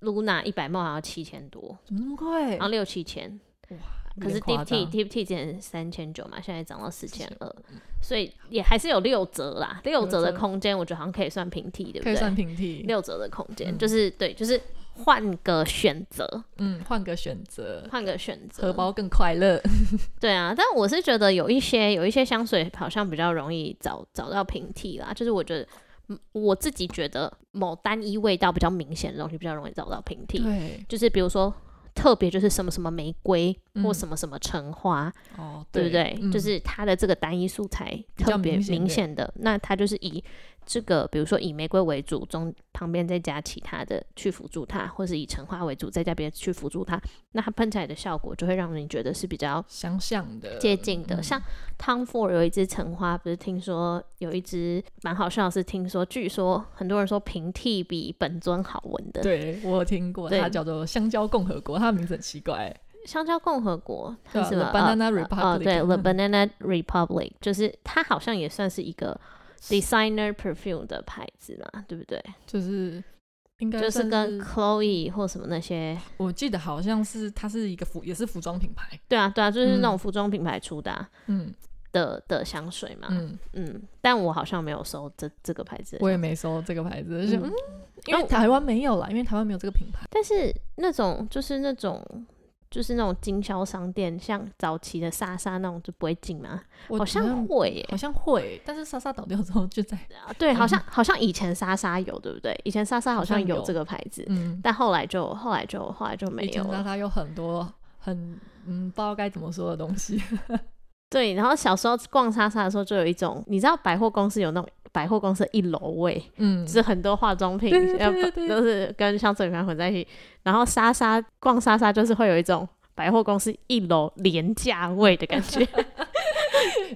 [SPEAKER 2] Luna 一百梦好像七千多，
[SPEAKER 1] 怎么那么贵
[SPEAKER 2] 然？后六七千，可是
[SPEAKER 1] 有点夸
[SPEAKER 2] Deep T
[SPEAKER 1] 张
[SPEAKER 2] Deep T 之前三千九嘛，现在涨到四千二
[SPEAKER 1] 嗯，
[SPEAKER 2] 所以也还是有六折啦，六折的
[SPEAKER 1] 六折
[SPEAKER 2] 空间，我觉得好像可以算平替，对不
[SPEAKER 1] 可以
[SPEAKER 2] 对？
[SPEAKER 1] 算平替，
[SPEAKER 2] 六折的空间
[SPEAKER 1] 嗯
[SPEAKER 2] 就是对，就是换个选择，
[SPEAKER 1] 嗯，换个选择，
[SPEAKER 2] 换个选择，
[SPEAKER 1] 荷包更快乐，
[SPEAKER 2] 对啊，但我是觉得有一些有一些香水好像比较容易找找到平替啦，就是我觉得嗯我自己觉得某单一味道比较明显的东西比较容易找到平替，
[SPEAKER 1] 对，
[SPEAKER 2] 就是比如说特别就是什么什么玫瑰或
[SPEAKER 1] 嗯
[SPEAKER 2] 什么什么橙花，
[SPEAKER 1] 哦
[SPEAKER 2] 对不对？
[SPEAKER 1] 嗯
[SPEAKER 2] 就是它的这个单一素材
[SPEAKER 1] 比
[SPEAKER 2] 特
[SPEAKER 1] 较
[SPEAKER 2] 别
[SPEAKER 1] 明显
[SPEAKER 2] 明
[SPEAKER 1] 对
[SPEAKER 2] 显的，那它就是以这个，比如说以玫瑰为主，中旁边再加其他的去辅助它，或是以橙花为主，再加别的去辅助它，那它喷起来的效果就会让人觉得是比较
[SPEAKER 1] 相像的
[SPEAKER 2] 接近的。
[SPEAKER 1] 嗯
[SPEAKER 2] 像 Tom Ford 有一支橙花，不是听说有一支蛮好笑的是，听说据说很多人说平替比本尊好闻的。
[SPEAKER 1] 对我有听过，
[SPEAKER 2] 对
[SPEAKER 1] 它叫做香蕉共和国，它的名字很奇怪欸，
[SPEAKER 2] 香蕉共和国，它
[SPEAKER 1] 对啊
[SPEAKER 2] 是什么
[SPEAKER 1] The Banana
[SPEAKER 2] 呃呃呃
[SPEAKER 1] Republic
[SPEAKER 2] 对，The Banana Republic，就是它好像也算是一个 designer perfume 的牌子嘛，对不对？
[SPEAKER 1] 就是应该
[SPEAKER 2] 就是
[SPEAKER 1] 算
[SPEAKER 2] 跟 Chloe 或什么那些，
[SPEAKER 1] 我记得好像是它是一个服，也是服装品牌，
[SPEAKER 2] 对啊，对啊，就是那种
[SPEAKER 1] 嗯
[SPEAKER 2] 服装品牌出的啊、
[SPEAKER 1] 嗯
[SPEAKER 2] 的的香水嘛，嗯
[SPEAKER 1] 嗯，
[SPEAKER 2] 但我好像没有收这这个牌子的香水，
[SPEAKER 1] 我也没收这个牌子，就是
[SPEAKER 2] 嗯
[SPEAKER 1] 嗯，因为台湾没有啦，因为台湾没有这个品牌，
[SPEAKER 2] 但是那种就是那种。就是那种经销商店，像早期的莎莎那种就不会进嘛，
[SPEAKER 1] 我
[SPEAKER 2] 好像会耶、
[SPEAKER 1] 好像会，但是莎莎倒掉之后就在
[SPEAKER 2] 啊对，好
[SPEAKER 1] 嗯
[SPEAKER 2] 像好像以前莎莎有，对不对？以前莎莎好
[SPEAKER 1] 好
[SPEAKER 2] 像
[SPEAKER 1] 像
[SPEAKER 2] 有
[SPEAKER 1] 有
[SPEAKER 2] 这个牌子，
[SPEAKER 1] 嗯，
[SPEAKER 2] 但后来就后来就后来就没
[SPEAKER 1] 以
[SPEAKER 2] 有
[SPEAKER 1] 前莎
[SPEAKER 2] 了。
[SPEAKER 1] 莎有很多很嗯不知道该怎么说的东西， *laughs*
[SPEAKER 2] 对，然后小时候逛莎莎的时候，就有一种你知道百货公司有那种百货公司的一楼位，
[SPEAKER 1] 嗯，
[SPEAKER 2] 是很多化妆品
[SPEAKER 1] 对对
[SPEAKER 2] 要
[SPEAKER 1] 对对
[SPEAKER 2] 都是跟香水盘混在一起。然后莎莎逛莎莎就是会有一种
[SPEAKER 1] *laughs*
[SPEAKER 2] 百货公司一楼廉价位的感觉。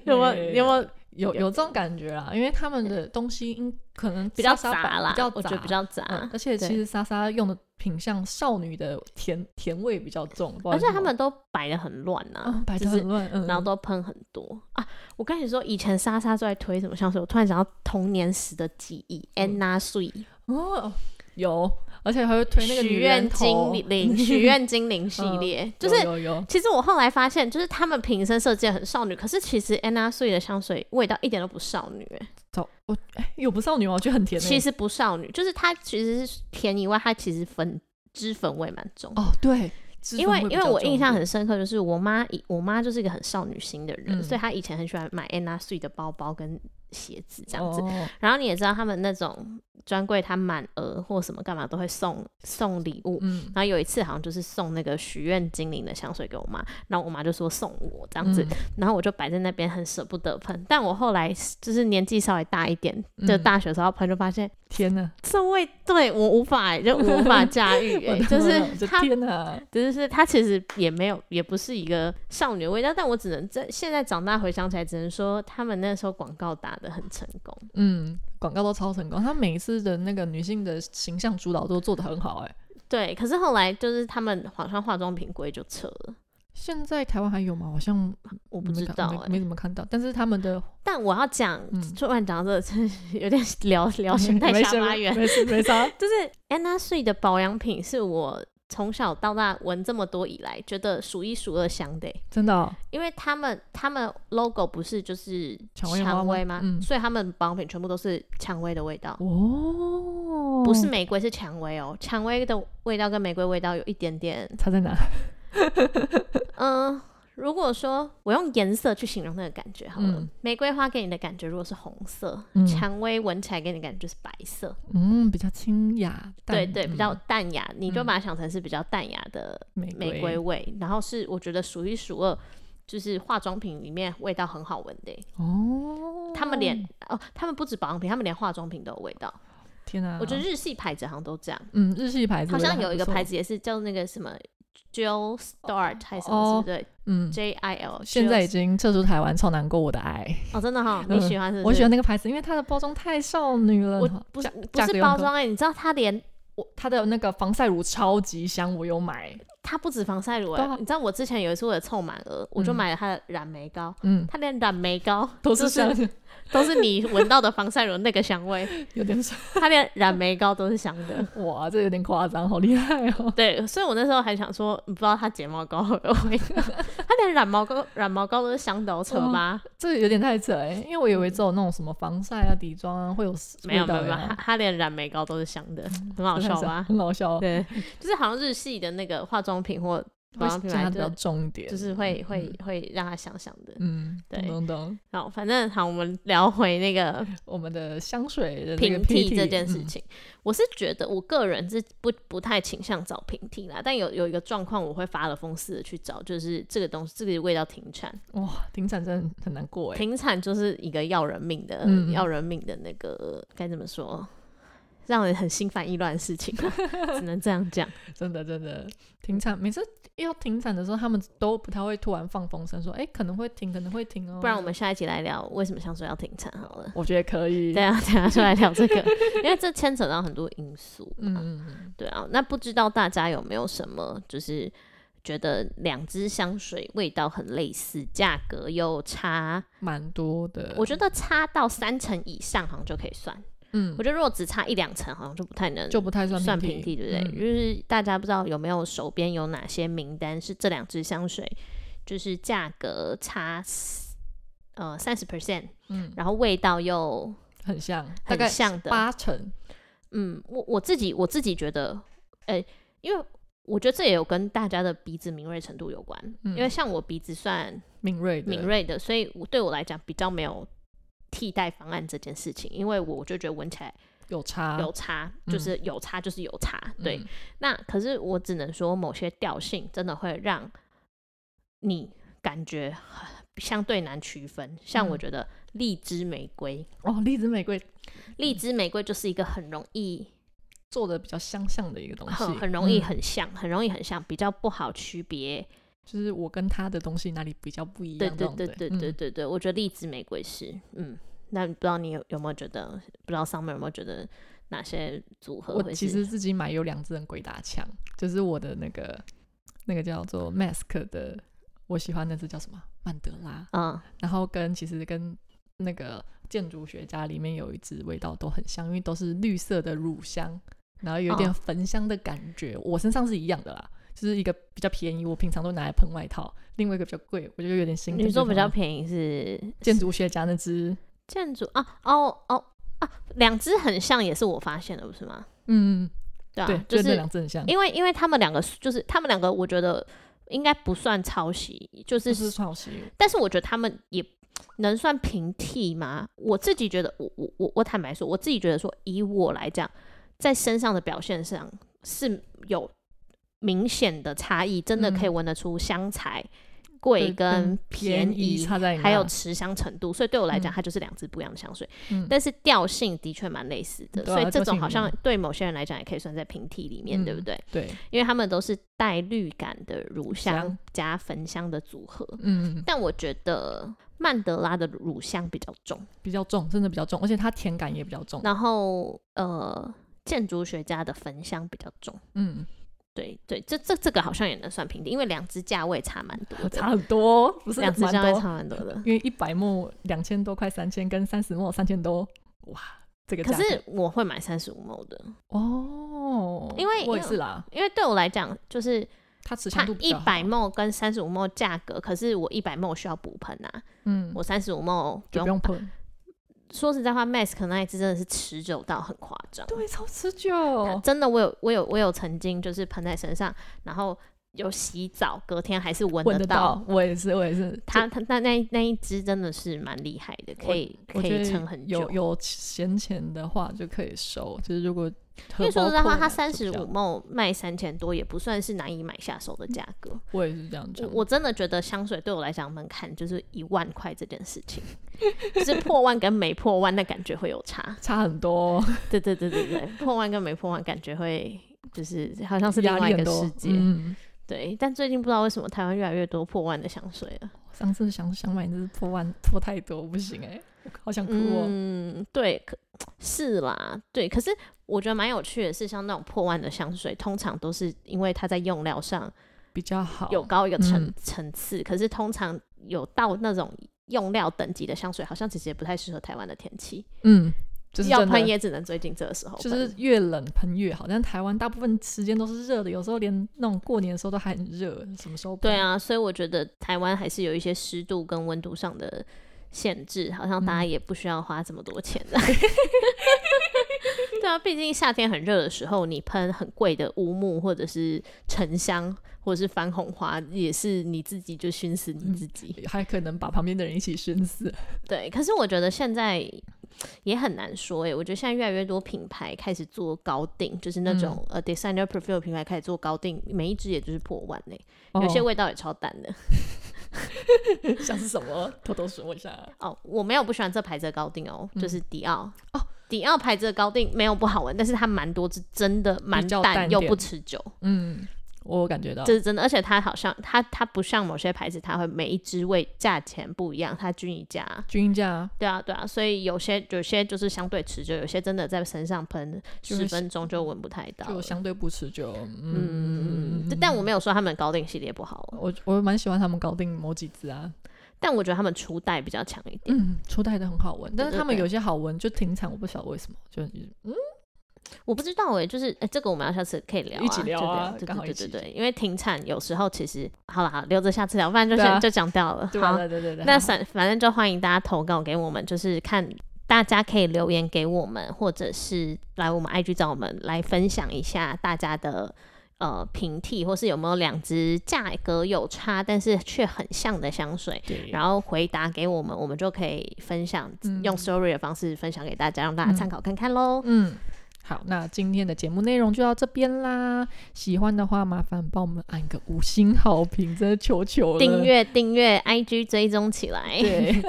[SPEAKER 2] 有没有有没有
[SPEAKER 1] 有有这种感觉啦，因为他们的东西应可能
[SPEAKER 2] 比较
[SPEAKER 1] 莎莎
[SPEAKER 2] 杂
[SPEAKER 1] 版
[SPEAKER 2] 啦，
[SPEAKER 1] 比较
[SPEAKER 2] 我觉得
[SPEAKER 1] 杂
[SPEAKER 2] 比较杂，
[SPEAKER 1] 嗯，而且其
[SPEAKER 2] 对
[SPEAKER 1] 实莎莎用的品相少女的甜甜味比较重，不知道
[SPEAKER 2] 而且
[SPEAKER 1] 为什
[SPEAKER 2] 他
[SPEAKER 1] 么
[SPEAKER 2] 们都摆的很乱呐、
[SPEAKER 1] 嗯摆
[SPEAKER 2] 就
[SPEAKER 1] 的
[SPEAKER 2] 是
[SPEAKER 1] 很乱，嗯，
[SPEAKER 2] 然后都喷很多啊！我跟你说，以前莎莎最爱推什么香水，我突然想到童年时的记忆，Anna
[SPEAKER 1] 嗯
[SPEAKER 2] Sui
[SPEAKER 1] 哦有，而且还会推那个
[SPEAKER 2] 许
[SPEAKER 1] 女
[SPEAKER 2] 愿
[SPEAKER 1] 人头嗯
[SPEAKER 2] 精
[SPEAKER 1] *laughs*
[SPEAKER 2] 灵、许愿精灵系列， *laughs* 就
[SPEAKER 1] 有
[SPEAKER 2] 是。
[SPEAKER 1] 有有
[SPEAKER 2] 其实我后来发现，就是他们瓶身设计得很少女，可是其实 Anna Sui 的香水味道一点都不少女、欸
[SPEAKER 1] 找我哎有不少女吗？我觉得很甜欸，
[SPEAKER 2] 其实不少女，就是它其实是甜以外，它其实粉脂粉味蛮重。
[SPEAKER 1] 哦对，脂
[SPEAKER 2] 因
[SPEAKER 1] 肪
[SPEAKER 2] 为
[SPEAKER 1] 会比
[SPEAKER 2] 因为
[SPEAKER 1] 较
[SPEAKER 2] 我
[SPEAKER 1] 重
[SPEAKER 2] 印
[SPEAKER 1] 一
[SPEAKER 2] 象
[SPEAKER 1] 点
[SPEAKER 2] 很深刻，就是我妈以我妈就是一个很少女心的人，
[SPEAKER 1] 嗯
[SPEAKER 2] 所以她以前很喜欢买 Anna Sui 的包包跟鞋子这样子。
[SPEAKER 1] 哦
[SPEAKER 2] 然后你也知道，他们那种专柜，他满额或什么干嘛都会送送礼物。 *laughs*
[SPEAKER 1] 嗯
[SPEAKER 2] 然后有一次好像就是送那个许愿精灵的香水给我妈，然后我妈就说送我这样子，
[SPEAKER 1] 嗯
[SPEAKER 2] 然后我就摆在那边很舍不得喷。但我后来就是年纪稍微大一点，就
[SPEAKER 1] 嗯
[SPEAKER 2] 大学的时候喷，就发现
[SPEAKER 1] 天哪，
[SPEAKER 2] 这味对我无法就无法
[SPEAKER 1] *laughs*
[SPEAKER 2] 驾驭、
[SPEAKER 1] 我
[SPEAKER 2] 欸，
[SPEAKER 1] 的
[SPEAKER 2] 就
[SPEAKER 1] 妈
[SPEAKER 2] 是
[SPEAKER 1] 呀我的
[SPEAKER 2] 它
[SPEAKER 1] 天哪，
[SPEAKER 2] 只是它其实也没有，也不是一个少女的味道，但我只能在现在长大回想起来，只能说他们那时候广告打得很成功。
[SPEAKER 1] 嗯，广告都超成功，她每一次的那个女性的形象主导都做得很好，哎，
[SPEAKER 2] 对，可是后来就是他们好像化妆品规就撤了，
[SPEAKER 1] 现在台湾还有吗？好像
[SPEAKER 2] 我
[SPEAKER 1] 我
[SPEAKER 2] 不知道哎、
[SPEAKER 1] 没没怎么看到，但是他们的
[SPEAKER 2] 但我要讲
[SPEAKER 1] 嗯，
[SPEAKER 2] 突然讲到这个真是有点 *laughs* 聊聊
[SPEAKER 1] 没
[SPEAKER 2] 生态
[SPEAKER 1] 没
[SPEAKER 2] 沙
[SPEAKER 1] 事
[SPEAKER 2] 拉园，
[SPEAKER 1] 没事没
[SPEAKER 2] *laughs*
[SPEAKER 1] 啥，
[SPEAKER 2] 就是 Anna Sui 的保养品是我从小到大闻这么多以来觉得数一数二香的欸、
[SPEAKER 1] 真的哦、
[SPEAKER 2] 因为他们他们 logo 不是就是
[SPEAKER 1] 蔷薇花
[SPEAKER 2] 蔷
[SPEAKER 1] 吗
[SPEAKER 2] 薇吗？
[SPEAKER 1] 嗯
[SPEAKER 2] 所以他们保养品全部都是蔷薇的味道。
[SPEAKER 1] 哦，
[SPEAKER 2] 不是玫瑰，是蔷薇哦。蔷薇的味道跟玫瑰味道有一点点，
[SPEAKER 1] 差
[SPEAKER 2] *laughs*
[SPEAKER 1] 在哪？
[SPEAKER 2] 嗯、如果说我用颜色去形容那个感觉好了，
[SPEAKER 1] 嗯
[SPEAKER 2] 玫瑰花给你的感觉如果是红色，
[SPEAKER 1] 嗯
[SPEAKER 2] 蔷薇闻起来给你的感觉就是白色，
[SPEAKER 1] 嗯，比较清雅，淡
[SPEAKER 2] 对对，比较
[SPEAKER 1] 嗯
[SPEAKER 2] 淡雅，你就
[SPEAKER 1] 嗯
[SPEAKER 2] 把它想成是比较淡雅的
[SPEAKER 1] 玫
[SPEAKER 2] 玫瑰味，然后是我觉得数一数二，就是化妆品里面味道很好闻的欸、
[SPEAKER 1] 哦。
[SPEAKER 2] 他们连哦，他们不止保养品，他们连化妆品都有味道，
[SPEAKER 1] 天哪、
[SPEAKER 2] 我觉得日系牌子好像都这样。
[SPEAKER 1] 嗯，日系牌子
[SPEAKER 2] 好
[SPEAKER 1] 我觉得
[SPEAKER 2] 像
[SPEAKER 1] 还
[SPEAKER 2] 有一
[SPEAKER 1] 不
[SPEAKER 2] 个
[SPEAKER 1] 错
[SPEAKER 2] 牌，子也是叫那个什么 Jill Start 还是什么，
[SPEAKER 1] 哦
[SPEAKER 2] 对不
[SPEAKER 1] 嗯
[SPEAKER 2] 对，？J I L。
[SPEAKER 1] 现在已经撤出台湾，超难过我的爱。
[SPEAKER 2] 哦，真的哈，
[SPEAKER 1] 嗯
[SPEAKER 2] 你喜欢是？
[SPEAKER 1] 我喜欢。那个牌子，因为它的包装太少女了。
[SPEAKER 2] 我
[SPEAKER 1] 哈
[SPEAKER 2] 不是
[SPEAKER 1] 价
[SPEAKER 2] 不
[SPEAKER 1] 价格
[SPEAKER 2] 是
[SPEAKER 1] 又很
[SPEAKER 2] 包
[SPEAKER 1] 高
[SPEAKER 2] 装哎，你知道它连
[SPEAKER 1] 它的那个防晒乳超级香，我有买。
[SPEAKER 2] 它不止防晒乳
[SPEAKER 1] 对
[SPEAKER 2] 哎
[SPEAKER 1] 啊，
[SPEAKER 2] 你知道我之前有一次为了凑满额，我就
[SPEAKER 1] 嗯
[SPEAKER 2] 买了它的染眉膏，
[SPEAKER 1] 嗯，
[SPEAKER 2] 它连染眉膏
[SPEAKER 1] *laughs* 都
[SPEAKER 2] *laughs* 就是
[SPEAKER 1] 香
[SPEAKER 2] 是，都是你闻到的防晒乳那个香味，
[SPEAKER 1] 有点香。
[SPEAKER 2] 它连染眉膏都是香的。
[SPEAKER 1] *laughs* 哇，这有点夸张，好厉害哦。
[SPEAKER 2] 对，所以我那时候还想说，你不知道它睫毛膏会 *laughs* 有味道，它连染毛膏染毛膏都是香的哦，扯
[SPEAKER 1] 哦
[SPEAKER 2] 吧？
[SPEAKER 1] 这有点太扯哎、因为我以为只有那种什么防晒啊、底妆啊会有
[SPEAKER 2] 没有没有没有，
[SPEAKER 1] 味道嗯
[SPEAKER 2] 他
[SPEAKER 1] 呀
[SPEAKER 2] 他连染眉膏都是香的，很好笑吧？ *laughs*
[SPEAKER 1] 很好笑哦，
[SPEAKER 2] 对，就是好像日系的那个化妆品或保养
[SPEAKER 1] 会
[SPEAKER 2] 品
[SPEAKER 1] 加得
[SPEAKER 2] 牌
[SPEAKER 1] 比较嗯
[SPEAKER 2] 就，
[SPEAKER 1] 重一点，
[SPEAKER 2] 就是会会会让他想想的。
[SPEAKER 1] 嗯，
[SPEAKER 2] 对
[SPEAKER 1] 懂懂懂。
[SPEAKER 2] 好，反正好，我们聊回
[SPEAKER 1] *laughs*
[SPEAKER 2] 那个
[SPEAKER 1] 我们的香水的那个
[SPEAKER 2] 平替
[SPEAKER 1] 替
[SPEAKER 2] 这件事
[SPEAKER 1] 嗯
[SPEAKER 2] 情，我是觉得我个人是不不太倾向找平替啦，但有有一个状况我会发了疯似的去找，就是这个东西这个味道停产，
[SPEAKER 1] 嗯哇，停产真的很难过哎，
[SPEAKER 2] 停产就是一个要人命的、
[SPEAKER 1] 嗯
[SPEAKER 2] 要人命的那个该怎么说，让人很心烦意乱的事情
[SPEAKER 1] *laughs*
[SPEAKER 2] 啊、只能这样讲。
[SPEAKER 1] 真的真的停产，每次要停产的时候，他们都不太会突然放风声说，哎，可能会停，可能会停哦。
[SPEAKER 2] 不然我们下一集来聊为什么香水要停产好了。
[SPEAKER 1] 我觉得可以，
[SPEAKER 2] 对啊，等一下就来聊这个，因为这牵扯到很多因素。
[SPEAKER 1] 嗯，
[SPEAKER 2] 嗯，
[SPEAKER 1] 嗯嗯
[SPEAKER 2] 对啊，那不知道大家有没有什么就是觉得两支香水味道很类似，价格又差？
[SPEAKER 1] 蛮多的。
[SPEAKER 2] 我觉得差到三成以上好像就可以算。
[SPEAKER 1] 嗯
[SPEAKER 2] 我，觉得如果只差一两成，好像就不太能
[SPEAKER 1] 就不太算
[SPEAKER 2] 算
[SPEAKER 1] 平
[SPEAKER 2] 平替，对不对？
[SPEAKER 1] 嗯
[SPEAKER 2] 就是大家不知道有没有手边有哪些名单是这两支香水，就是价格差呃三十 percent，
[SPEAKER 1] 嗯，
[SPEAKER 2] 然后味道又
[SPEAKER 1] 很像，大
[SPEAKER 2] 很
[SPEAKER 1] 概
[SPEAKER 2] 像的。
[SPEAKER 1] 八成。
[SPEAKER 2] 嗯，我我自己我自己觉得，呃、因为我觉得这也有跟大家的鼻子敏锐程度有关，
[SPEAKER 1] 嗯
[SPEAKER 2] 因为像我鼻子算
[SPEAKER 1] 敏锐的
[SPEAKER 2] 敏锐的，所以我对我来讲比较没有。替代方案这件事情，因为我我就觉得闻起来
[SPEAKER 1] 有差，
[SPEAKER 2] 有差，就是有差就是有差，对。
[SPEAKER 1] 啊嗯
[SPEAKER 2] 那可是我只能说，某些调性真的会让你感觉呃相对难区分。像我
[SPEAKER 1] 嗯
[SPEAKER 2] 觉得荔枝玫瑰，
[SPEAKER 1] 哦，荔枝玫瑰
[SPEAKER 2] 荔
[SPEAKER 1] 嗯
[SPEAKER 2] 枝玫瑰就是一个很容易、
[SPEAKER 1] 做的比较相像的一个东西
[SPEAKER 2] 很，很容易
[SPEAKER 1] 嗯
[SPEAKER 2] 很像，很容易很像，比较不好区别
[SPEAKER 1] 就是我跟他的东西哪里比较不一
[SPEAKER 2] 对
[SPEAKER 1] 样这
[SPEAKER 2] 对
[SPEAKER 1] 种
[SPEAKER 2] 对
[SPEAKER 1] 的？
[SPEAKER 2] 对
[SPEAKER 1] 嗯
[SPEAKER 2] 对对对，我觉得荔枝玫瑰是，嗯，那不知道你有有没有觉得，不知道 Summer 有没有觉得哪些组合
[SPEAKER 1] 我
[SPEAKER 2] 会
[SPEAKER 1] 其
[SPEAKER 2] 是
[SPEAKER 1] 实自己买有两只很鬼打墙，就是我的那个那个叫做 Mask 的，我喜欢那只叫什么曼德拉，
[SPEAKER 2] 嗯
[SPEAKER 1] 然后跟其实跟那个建筑学家里面有一只味道都很像，因为都是绿色的乳香，然后有一点
[SPEAKER 2] 哦
[SPEAKER 1] 焚香的感觉。我身上是一样的啦，就是一个比较便宜，我平常都拿来喷外套，另外一个比较贵，我就有点心疼。
[SPEAKER 2] 你说比较
[SPEAKER 1] 就是
[SPEAKER 2] 便宜是
[SPEAKER 1] 建筑学家那只，
[SPEAKER 2] 建筑啊哦哦啊，两只很像也是我发现的，不是吗？
[SPEAKER 1] 嗯，
[SPEAKER 2] 对啊，
[SPEAKER 1] 对，
[SPEAKER 2] 就
[SPEAKER 1] 那
[SPEAKER 2] 是
[SPEAKER 1] 两只很像，
[SPEAKER 2] 因为因为他们两个就是他们两个，我觉得应该不算抄袭，就是
[SPEAKER 1] 这是抄袭。
[SPEAKER 2] 但是我觉得他们也能算平替吗？我自己觉得，我我我我坦白说，我自己觉得说，以我来讲，在身上的表现上是有明显的差异，真的可以
[SPEAKER 1] 嗯
[SPEAKER 2] 闻得出香材贵
[SPEAKER 1] 对跟
[SPEAKER 2] 跟
[SPEAKER 1] 便
[SPEAKER 2] 便
[SPEAKER 1] 宜
[SPEAKER 2] 宜。
[SPEAKER 1] 差在哪
[SPEAKER 2] 还有持香程度，所以对我来讲，
[SPEAKER 1] 嗯
[SPEAKER 2] 它就是两支不一样的香水，
[SPEAKER 1] 嗯
[SPEAKER 2] 但是调性的确蛮类似的，
[SPEAKER 1] 对啊
[SPEAKER 2] 所以这
[SPEAKER 1] 调性
[SPEAKER 2] 种
[SPEAKER 1] 一
[SPEAKER 2] 好像
[SPEAKER 1] 样
[SPEAKER 2] 对某些人来讲也可以算在平替里面，对不
[SPEAKER 1] 嗯
[SPEAKER 2] 对？
[SPEAKER 1] 对，
[SPEAKER 2] 因为他们都是带绿感的乳香
[SPEAKER 1] 香
[SPEAKER 2] 加焚香的组合，
[SPEAKER 1] 嗯，
[SPEAKER 2] 但我觉得曼德拉的乳香比较重，
[SPEAKER 1] 比较重，真的比较重，而且它甜感也比较重。
[SPEAKER 2] 然后呃，建筑学家的焚香比较重。 *laughs*
[SPEAKER 1] 嗯，
[SPEAKER 2] 对对，这这这个好像也能算平底，因为两只价位差蛮多的，
[SPEAKER 1] 差很多，哦不是
[SPEAKER 2] 两只
[SPEAKER 1] 蛮
[SPEAKER 2] 价位
[SPEAKER 1] 多
[SPEAKER 2] 差蛮多的。
[SPEAKER 1] 因为一百墨两千多块三千，跟三十墨三千多，哇，这个
[SPEAKER 2] 可
[SPEAKER 1] 价格
[SPEAKER 2] 是我会买三十五毛的，
[SPEAKER 1] 哦，
[SPEAKER 2] 因为
[SPEAKER 1] 我也是啦，
[SPEAKER 2] 因为对我来讲，就是
[SPEAKER 1] 它持
[SPEAKER 2] 它
[SPEAKER 1] 香度比
[SPEAKER 2] 一
[SPEAKER 1] 较好
[SPEAKER 2] 百，毛跟三十五毛价格，可是我一百毛需要补喷啊，
[SPEAKER 1] 嗯，
[SPEAKER 2] 我三十五毛不
[SPEAKER 1] 就
[SPEAKER 2] 用
[SPEAKER 1] 不用喷，
[SPEAKER 2] 说实在话，Mask 那一支真的是持久到很夸张。
[SPEAKER 1] 对，超持
[SPEAKER 2] 它
[SPEAKER 1] 久，
[SPEAKER 2] 真的，我有我有我有曾经就是喷在身上，然后有洗澡，隔天还是闻
[SPEAKER 1] 闻
[SPEAKER 2] 得
[SPEAKER 1] 得
[SPEAKER 2] 到。
[SPEAKER 1] 到，我也是，我也是，
[SPEAKER 2] 它它那那那一支真的是蛮厉害的，可以
[SPEAKER 1] 我
[SPEAKER 2] 可
[SPEAKER 1] 觉
[SPEAKER 2] 以
[SPEAKER 1] 得
[SPEAKER 2] 撑很久
[SPEAKER 1] 有。有闲钱的话就可以收，就是如果
[SPEAKER 2] 因
[SPEAKER 1] 因
[SPEAKER 2] 为说实在话，它三十五，毛卖三千多，也不算是难以买下手的价格。
[SPEAKER 1] 我也是这样
[SPEAKER 2] 我
[SPEAKER 1] 讲，
[SPEAKER 2] 我真的觉得香水对我来讲门槛就是一万块这件事情， *laughs* 就是破万跟没破万那感觉会有
[SPEAKER 1] *laughs*
[SPEAKER 2] 差。
[SPEAKER 1] 差很多，
[SPEAKER 2] 对对对对对，破万跟没破万感觉会就是好像是另
[SPEAKER 1] 压
[SPEAKER 2] 外
[SPEAKER 1] 力
[SPEAKER 2] 一
[SPEAKER 1] 很
[SPEAKER 2] 个
[SPEAKER 1] 多
[SPEAKER 2] 世，界。
[SPEAKER 1] 嗯。
[SPEAKER 2] 对，但最近不知道为什么台湾越来越多破万的香水了。
[SPEAKER 1] 上次想想买那只破万破太多，不行哎、我好想哭哦、
[SPEAKER 2] 嗯，对，可是啦，对。可是我觉得蛮有趣的是，像那种破万的香水，通常都是因为它在用料上
[SPEAKER 1] 比较好，
[SPEAKER 2] 有高一个层、
[SPEAKER 1] 嗯
[SPEAKER 2] 层次，可是通常有到那种用料等级的香水，好像其实也不太适合台湾的天气，
[SPEAKER 1] 嗯，就是
[SPEAKER 2] 要
[SPEAKER 1] 真的
[SPEAKER 2] 喷也只能最近这个时候喷。
[SPEAKER 1] 就是越冷喷越好，但台湾大部分时间都是热的，有时候连那种过年的时候都还很热，什么时候？
[SPEAKER 2] 对，啊，所以我觉得台湾还是有一些湿度跟温度上的限制，好像大家也不需要花这么多钱的。 *laughs* 对啊，毕竟夏天很热的时候，你喷很贵的乌木或者是沉香或者是番红花，也是你自己就熏死你自己。 *laughs*
[SPEAKER 1] 还可能把旁边的人一起熏死。
[SPEAKER 2] 对，可是我觉得现在也很难说欸诶、我觉得现在越来越多品牌开始做高定，就是那种、呃 designer perfume 的品牌开始做高定，每一支也就是破万嘞、欸有些味道也超淡的。
[SPEAKER 1] 哦像是什么，偷偷说一下。
[SPEAKER 2] 哦，我没有不喜欢这牌子的高定哦，
[SPEAKER 1] 嗯
[SPEAKER 2] 就是迪奥
[SPEAKER 1] 哦，
[SPEAKER 2] 迪奥牌子的高定没有不好闻，但是它蛮多是真的蛮
[SPEAKER 1] 比较
[SPEAKER 2] 淡
[SPEAKER 1] 淡
[SPEAKER 2] 又
[SPEAKER 1] 点
[SPEAKER 2] 不持久，
[SPEAKER 1] 嗯，我有感觉到
[SPEAKER 2] 这，是真的。而且它好像它它不像某些牌子，它会每一支味价钱不一样，它均一价。
[SPEAKER 1] 均价
[SPEAKER 2] 对啊，对啊，所以有些有些就是相对持久，有些真的在身上喷
[SPEAKER 1] 就
[SPEAKER 2] 十
[SPEAKER 1] 是
[SPEAKER 2] 分钟就闻不太到
[SPEAKER 1] 就
[SPEAKER 2] 了。
[SPEAKER 1] 相对不持久。
[SPEAKER 2] 嗯
[SPEAKER 1] 嗯，，
[SPEAKER 2] 但但我没有说他们高定系列不好哦，
[SPEAKER 1] 我我蛮喜欢他们搞定某几只啊，
[SPEAKER 2] 但我觉得他们初代比较强一点。
[SPEAKER 1] 嗯，初代的很好闻，但是
[SPEAKER 2] 对
[SPEAKER 1] 他们
[SPEAKER 2] 对
[SPEAKER 1] 有些好闻就停产，我不晓得为什么，就
[SPEAKER 2] 我不知道哎、就是、欸、这个我们要下次可以聊、啊，
[SPEAKER 1] 一起聊啊
[SPEAKER 2] 对对
[SPEAKER 1] 刚好
[SPEAKER 2] 对
[SPEAKER 1] 一
[SPEAKER 2] 对
[SPEAKER 1] 起
[SPEAKER 2] 对对，因为停产有时候其实好了，好啦留着下次聊，不然就
[SPEAKER 1] 对
[SPEAKER 2] 是、
[SPEAKER 1] 啊
[SPEAKER 2] 就讲掉了。
[SPEAKER 1] 对
[SPEAKER 2] 好，
[SPEAKER 1] 对对对对，
[SPEAKER 2] 那
[SPEAKER 1] 好
[SPEAKER 2] 反反正就欢迎大家投稿给我们，就是看大家可以留言给我们，或者是来我们 IG 找我们来分享一下大家的。呃，平替或是有没有两支价格有差，但是却很像的香水，
[SPEAKER 1] 对，
[SPEAKER 2] 然后回答给我们，我们就可以分享，
[SPEAKER 1] 嗯
[SPEAKER 2] 用 story 的方式分享给大家，让大家
[SPEAKER 1] 嗯
[SPEAKER 2] 参考看看喽。
[SPEAKER 1] 嗯，好，那今天的节目内容就到这边啦。喜欢的话，麻烦帮我们按个五星好评，真的求求了。
[SPEAKER 2] 订阅订阅 IG 追踪起来。 *laughs*
[SPEAKER 1] 对，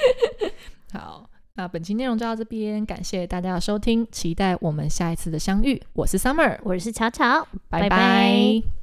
[SPEAKER 1] *laughs* 好，那本期内容就到这边，感谢大家的收听，期待我们下一次的相遇。我是 Summer，
[SPEAKER 2] 我是巧巧，拜
[SPEAKER 1] 拜
[SPEAKER 2] 拜
[SPEAKER 1] 拜